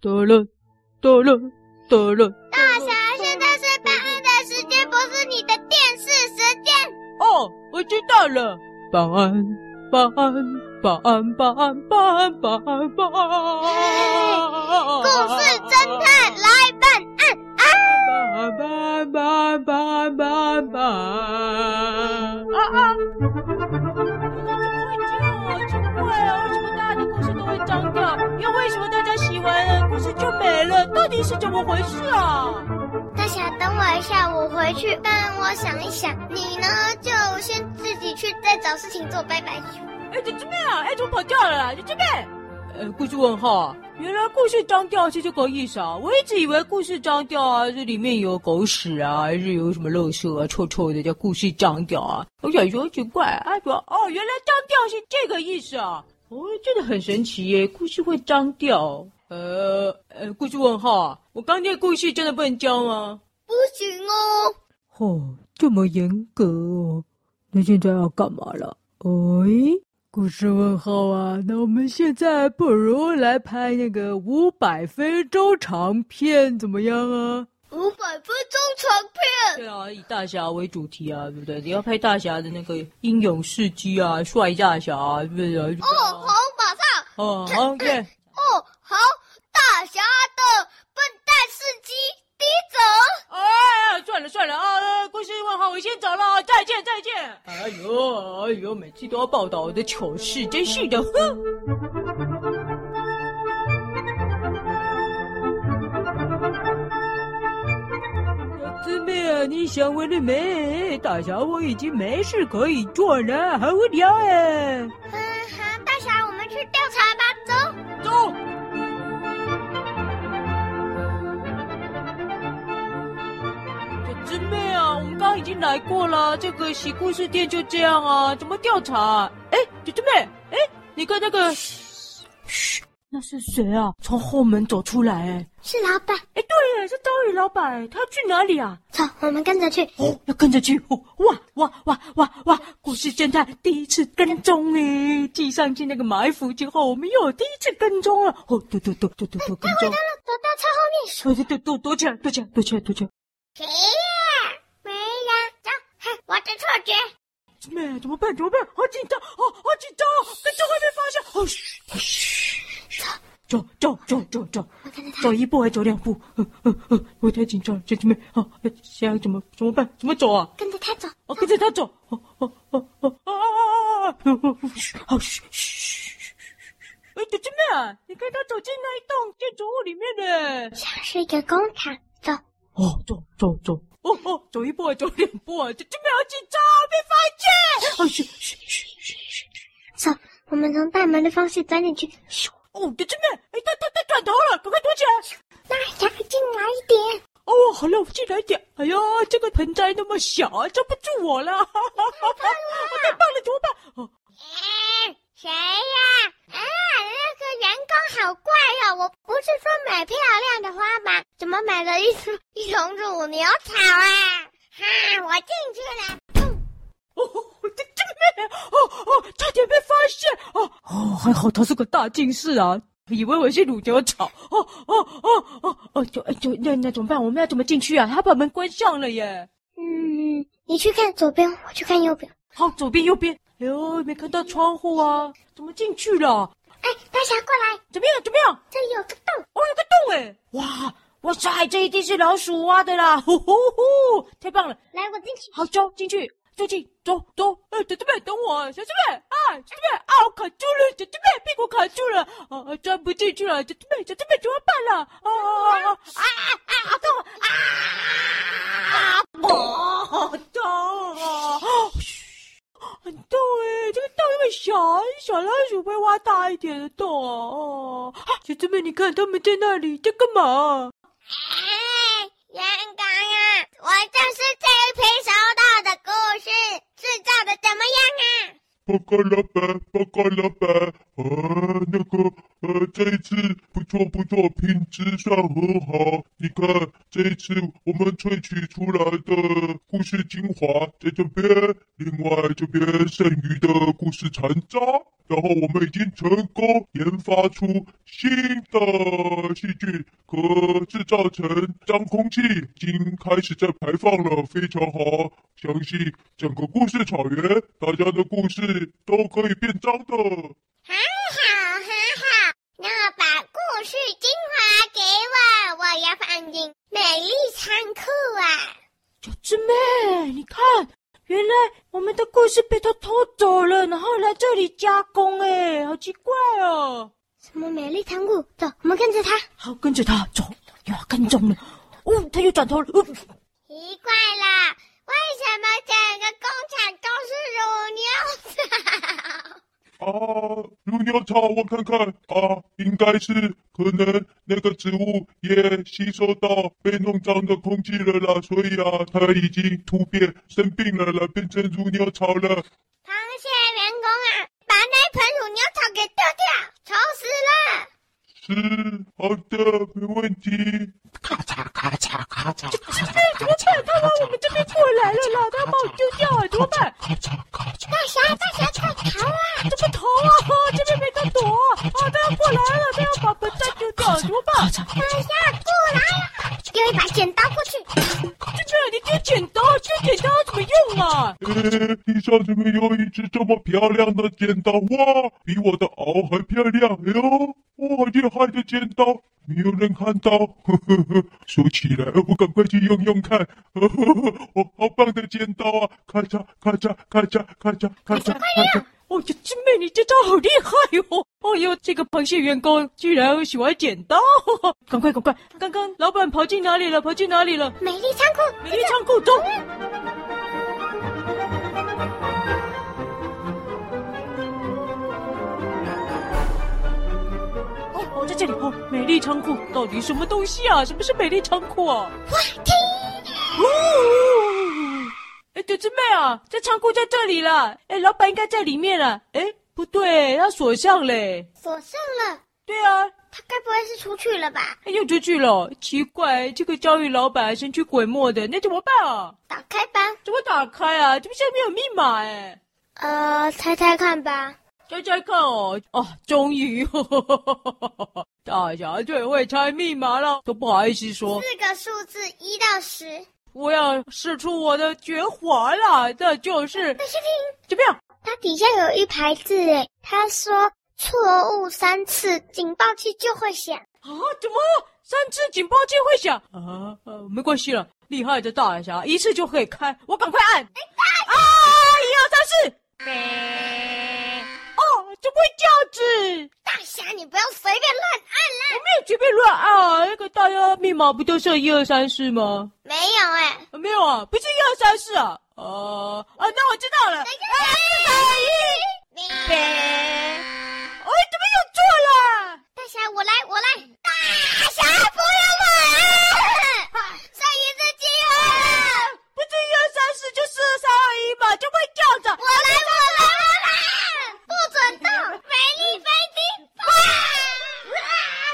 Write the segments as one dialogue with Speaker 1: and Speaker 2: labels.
Speaker 1: 哆啦哆啦哆啦。
Speaker 2: 大侠，现在是办案的时间，不是你的电视时间。
Speaker 1: 哦，我知道了。保安，保安，保安，保安，保安，保安，保安。
Speaker 2: 故事侦探来办案啊！
Speaker 1: 保安，保安，保安，保安，保安。
Speaker 3: 啊啊！那怎么会这样啊？奇怪啊，为什么大家的故事都会脏掉？又为什么大家写完了故事就没了？到底是怎么回事啊？
Speaker 2: 大侠，等我一下，我回去帮我想一想。你呢，就先自己去再找事情做，拜拜。
Speaker 3: 哎，这这边啊，哎，怎么跑掉了啦？就这边。呃，故事问号啊，原来故事脏掉是这个意思啊！我一直以为故事脏掉啊，这里面有狗屎啊，还是有什么垃圾啊，臭臭的叫故事脏掉啊。我想说奇怪，啊，说哦，原来脏掉是这个意思啊！哦，真的很神奇耶，故事会脏掉。呃呃，故事问号啊，我刚念故事真的不能啊教吗？
Speaker 2: 不行哦，
Speaker 3: 哦，这么严格哦，那现在要干嘛了？
Speaker 1: 喂，哎故事问号啊，那我们现在不如来拍那个五百分钟长片，怎么样啊？
Speaker 2: 五百分钟长片。
Speaker 3: 对啊，以大侠为主题啊，对不对？你要拍大侠的那个英勇事迹啊，帅大侠啊，是不是？
Speaker 2: 哦，好，马上。
Speaker 3: 哦，好，对，
Speaker 2: 哦，好，大侠的笨蛋司机迪总，
Speaker 3: 哎，算了算了啊，故事问号，我先走了啊，再见再见。哎呦哎呦，每次都要报道我的糗事，真是的，哼。姊妹啊，你想我了没？大侠，我已经没事可以做了，好无聊哎、
Speaker 2: 嗯，好，大侠，我们去调查吧，走。
Speaker 3: 走。小姊妹啊，我们刚刚已经来过了，这个洗故事店就这样啊，怎么调查、啊？哎，小姊妹，哎，你看那个，嘘，那是谁啊？从后门走出来、哎，
Speaker 2: 是老板，
Speaker 3: 哎，对耶，是刀鱼老板，他要去哪里啊？
Speaker 2: 走，我们跟着去。
Speaker 3: 哦，要跟着去，哦、哇哇哇哇哇！故事侦探第一次跟踪哎，记上去那个埋伏之后，我们又有第一次跟踪了。哦，躲躲躲躲躲躲跟踪，
Speaker 2: 走到车后面数。
Speaker 3: 躲躲躲躲躲起来，躲起来，躲起来，躲起来。
Speaker 2: 谁呀、没人。走，哼，我的错觉。
Speaker 3: 姊妹，怎么办？怎么办？好紧张，好好紧张哦！跟踪会被发现。哦，嘘，嘘，走走走走走
Speaker 2: 我看到他
Speaker 3: 走一步还走两步？嗯嗯嗯，我太紧张了，小姊妹。好，哎想怎么怎么办？怎么走啊？
Speaker 2: 跟着他走，
Speaker 3: 我跟着他走。哦哦哦哦哦哦哦！好嘘嘘嘘！哎，姐姐妹啊，你看他走进那一栋建筑物里面的。
Speaker 2: 像是一个工厂。走，
Speaker 3: 哦，走走走。哦哦，走一步啊，走两步啊，姐姐妹好紧张，被发现。哦嘘嘘嘘嘘嘘！
Speaker 2: 走，我们从大门的方式钻进去。咻，
Speaker 3: 哦，姐姐妹，哎，他他他转头了，赶快躲起来。
Speaker 2: 大侠进来一点。
Speaker 3: 哦，好了，我进来点。哎呀，这个盆栽那么小，抓不住我了。哈哈哈哈！我太棒了，怎么办？哦，
Speaker 2: 哎，谁呀、啊？那个员工好怪哦！我不是说买漂亮的花吗？怎么买了一株一丛乳牛草啊？哈、我进去了。
Speaker 3: 哦，这这边哦哦，差点被发现哦哦，还好他是个大近视啊，以为我是乳牛草哦哦哦哦哦，就就那那怎么办？我们要怎么进去啊？他把门关上了耶。
Speaker 2: 嗯，你去看左边，我去看右边。
Speaker 3: 好，左边右边，哎呦，没看到窗户啊，怎么进去了？
Speaker 2: 哎，大侠过来，
Speaker 3: 怎么样？怎么样？
Speaker 2: 这里有个洞。
Speaker 3: 哦，有个洞哎！哇哇塞，这一定是老鼠挖的啦！呼呼呼，太棒了！
Speaker 2: 来，我进去。
Speaker 3: 好，走进去，走进，走走。哎，小这妹，等我，小这妹啊，小这妹啊，我卡住了，小这妹屁股卡住了，啊，啊钻不进去了，小这妹，小这妹怎么办啦？啊啊啊啊啊！好痛啊！哦，好痛啊！嘘很痛哎，这个洞因为小，小老鼠会挖大一点的洞哦。哦，小这妹，你看他们在那里在干嘛？
Speaker 2: 哎，员工啊，我就是这一篇收到的故事，制造的怎么样啊？
Speaker 4: 报告老板，报告老板，啊，那个，呃，这一次不错不错，品质算很好。你看，这一次我们萃取出来的故事精华在这边，另外这边剩余的故事残渣，然后我们已经成功研发出新的细菌可制造成脏空气，已经开始在排放了，非常好。相信整个故事草原，大家的故事都可以变脏的。
Speaker 2: 很好，很好。那把故事精华给我，我要放进美丽仓库啊！
Speaker 3: 小智妹，你看，原来我们的故事被他偷走了，然后来这里加工，哎，好奇怪哦。
Speaker 2: 什么美丽仓库？走，我们跟着它。
Speaker 3: 好，跟着他走，又要跟踪了。哦，他又转头了。哦
Speaker 2: 奇怪了，为什么整个工厂都是乳牛草？
Speaker 4: 啊，乳牛草，我看看啊，应该是可能那个植物也吸收到被弄脏的空气了啦，所以啊，它已经突变生病了啦，变成乳牛草了。
Speaker 2: 螃蟹员工啊，把那盆乳牛草给丢掉，丑死了！
Speaker 4: 是，嗯好的，没问题。哎
Speaker 5: 咔嚓咔嚓咔嚓，
Speaker 3: 小智妹，怎么办？他往我们这边过来了啦，他要把我丢掉啊，怎么办？
Speaker 5: 咔嚓咔嚓，
Speaker 2: 大侠，大侠，快逃啊！
Speaker 3: 怎么逃啊？啊这边没得躲啊！啊，他要过来了，他要把盆栽丢掉，怎么办？小
Speaker 2: 大侠过来了，丢一把剪刀过去。
Speaker 3: 智妹，你丢剪刀，丢剪刀怎么用啊？
Speaker 4: 呃，地上怎么有一只这么漂亮的剪刀？哇，比我的螯还漂亮！哎呦，哇，厉害的剪刀，没有人看到。 呵呵呵，收起来，我赶快去用用看。 呵呵呵，我好棒的剪刀啊！咔嚓咔嚓咔嚓咔嚓咔嚓咔嚓。
Speaker 3: 哦，小智妹，你这招好厉害哦！哦哟，这个螃蟹员工居然喜欢剪刀， 赶快赶快！刚刚老板跑去哪里了？跑去哪里了？
Speaker 2: 美丽仓库，
Speaker 3: 美丽仓库中。哦，我在这里哦，美丽仓库到底什么东西啊？什么是美丽仓库啊？
Speaker 2: 哇听，
Speaker 3: 哦，哎，九姊妹啊，这仓库在这里啦。哎，老板应该在里面了。哎，不对，他锁上嘞。
Speaker 2: 锁上了，
Speaker 3: 对啊，
Speaker 2: 他该不会是出去了吧？
Speaker 3: 哎，又出去了。奇怪，这个教育老板神出鬼没的，那怎么办啊？
Speaker 2: 打开吧，
Speaker 3: 怎么打开啊？这边下面有密码哎。
Speaker 2: 呃，猜猜看吧。
Speaker 3: 猜猜看哦，哦，终于，呵呵呵呵呵大侠最会猜密码了，都不好意思说。
Speaker 2: 四个数字一到十，
Speaker 3: 我要使出我的绝活了，这就是
Speaker 2: 但是听，
Speaker 3: 怎么样？
Speaker 2: 它底下有一排字诶，他说错误三次，警报器就会响。
Speaker 3: 啊？怎么三次警报器会响？啊，呃，没关系了，厉害的大侠一次就可以开，我赶快按。啊，一二三四。哦，怎么会这样子？
Speaker 2: 大侠，你不要随便乱按
Speaker 3: 我
Speaker 2: 啦！
Speaker 3: 没有随便乱按啊，那个大家密码不都是一二三四吗？
Speaker 2: 没有哎、
Speaker 3: 啊没有啊，不是一二三四啊。呃啊，那我知道了。哎，
Speaker 2: 一，
Speaker 3: 哎，怎么又错了？
Speaker 2: 大侠，我来，我来。大侠，不要我啊！剩一次机会，
Speaker 3: 不是一二三四就是三二一嘛，怎么会这样子啊
Speaker 2: 我？来，我来，我来！不准动，美丽飞机，
Speaker 3: 啊，
Speaker 2: 啪！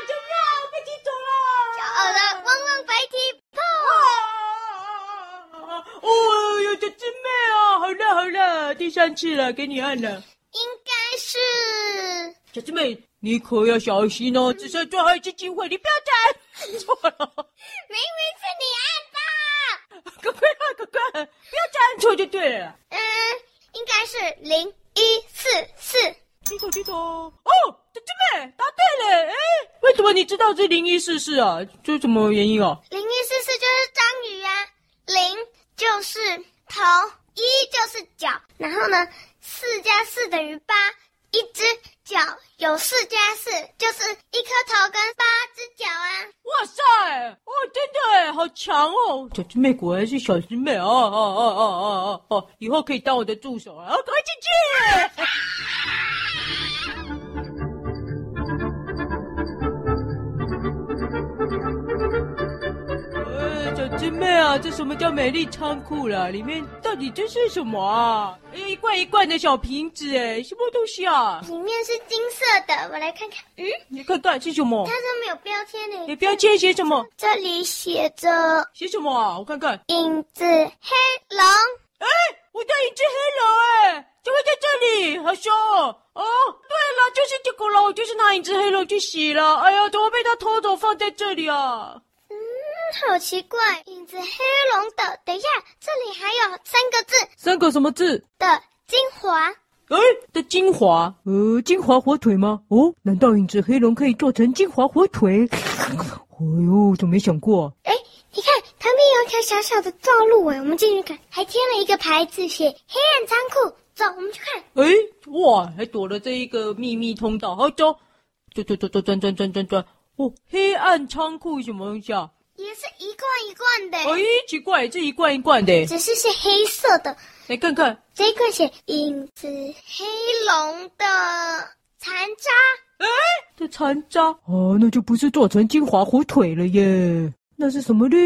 Speaker 3: 怎么样？我被踢走了。
Speaker 2: 骄傲的汪汪飞机，砰！
Speaker 3: 哦哟，这真妹啊！好了好了，第三次了，给你按了。
Speaker 2: 应该是
Speaker 3: 小师妹，你可要小心哦，只剩最后一次机会，你不要 再按错了，
Speaker 2: 明明是你按的，
Speaker 3: 赶快按，赶快按，不要再按错就对了。
Speaker 2: 嗯，应该是零一四四。
Speaker 3: 滴头滴头，哦，小师妹答对了，哎，为什么你知道是零一四四啊？这什么原因啊？
Speaker 2: 零一四四就是章鱼啊，零就是头，一就是脚，然后呢，四加四等于八，一只脚有四加四，就是一颗头跟八只脚啊。
Speaker 3: 哇塞，哦，真的哎，好强哦！小师妹果然是小师妹哦哦哦哦哦哦，以后可以当我的助手了，哦，赶快进去！呃，小师妹啊，这什么叫美丽仓库啦？里面到底这是什么啊？哎一罐一罐的小瓶子，哎，什么东西啊？
Speaker 2: 里面是金色的，我来看看，嗯，
Speaker 3: 你看看是什么
Speaker 2: 它？上面有标签
Speaker 3: 你
Speaker 2: 呢，
Speaker 3: 标签写什么？
Speaker 2: 这里写着
Speaker 3: 写什么啊？我看看。
Speaker 2: 影子黑龙。
Speaker 3: 哎，我的一只黑龙哎，怎么会在这里？好凶哦！哦，对了，就是这个了，我就是拿一只黑龙去洗了。哎呀，怎么被他偷走放放在这里啊？
Speaker 2: 好奇怪，影子黑龙的。等一下，这里还有三个字
Speaker 1: 三个什么字？
Speaker 2: 的精华。
Speaker 3: 哎，的精华，
Speaker 1: 呃，金华火腿吗？哦，难道影子黑龙可以做成金华火腿？哦呦，怎么没想过、啊？
Speaker 2: 哎，你看旁边有一条小小的道路哎，我们进去看，还贴了一个牌子写“黑暗仓库”。走，我们去看。
Speaker 3: 哎，哇，还躲了这一个秘密通道，好走，走走走走转转转转转，哦，黑暗仓库什么东西啊？
Speaker 2: 也是一罐一罐的，
Speaker 3: 哎，奇怪，这一罐一罐的，
Speaker 2: 只是是黑色的。
Speaker 3: 来看看，
Speaker 2: 这一罐写“影子黑龙”的残渣，
Speaker 3: 这残渣
Speaker 1: 哦，那就不是做成金华火腿了耶，那是什么呢？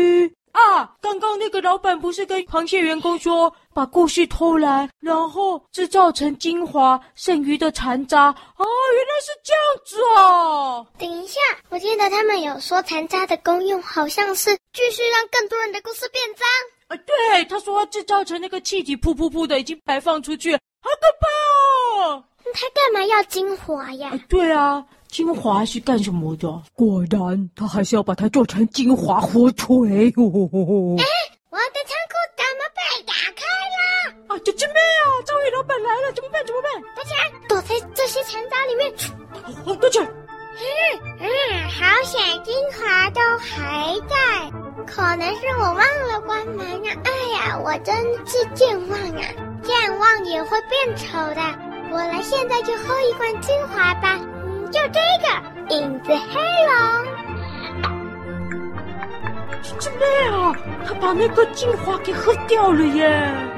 Speaker 3: 啊！刚刚那个老板不是跟螃蟹员工说，把故事偷来，然后制造成精华，剩余的残渣。哦，原来是这样子哦。
Speaker 2: 等一下，我记得他们有说残渣的功用好像是继续让更多人的故事变脏。
Speaker 3: 啊，对，他说制造成那个气体噗噗噗的，已经排放出去，好可怕哦！
Speaker 2: 那他干嘛要精华呀？
Speaker 3: 啊，对啊，精华是干什么的？
Speaker 1: 果然，他还是要把它做成金华火腿。吼吼吼吼
Speaker 2: 我的仓库怎么被打开了？
Speaker 3: 啊，姐姐妹啊，章鱼老板来了，怎么办？怎么办？
Speaker 2: 大家啊躲在这些残渣里面。
Speaker 3: 啊，多久？
Speaker 2: 嗯，好险，精华都还在，可能是我忘了关门了。哎呀，我真是健忘啊！健忘也会变丑的。我来，现在就喝一罐精华吧，嗯，就这个影子黑龙。
Speaker 3: 姐姐妹啊，他把那个精华给喝掉了耶。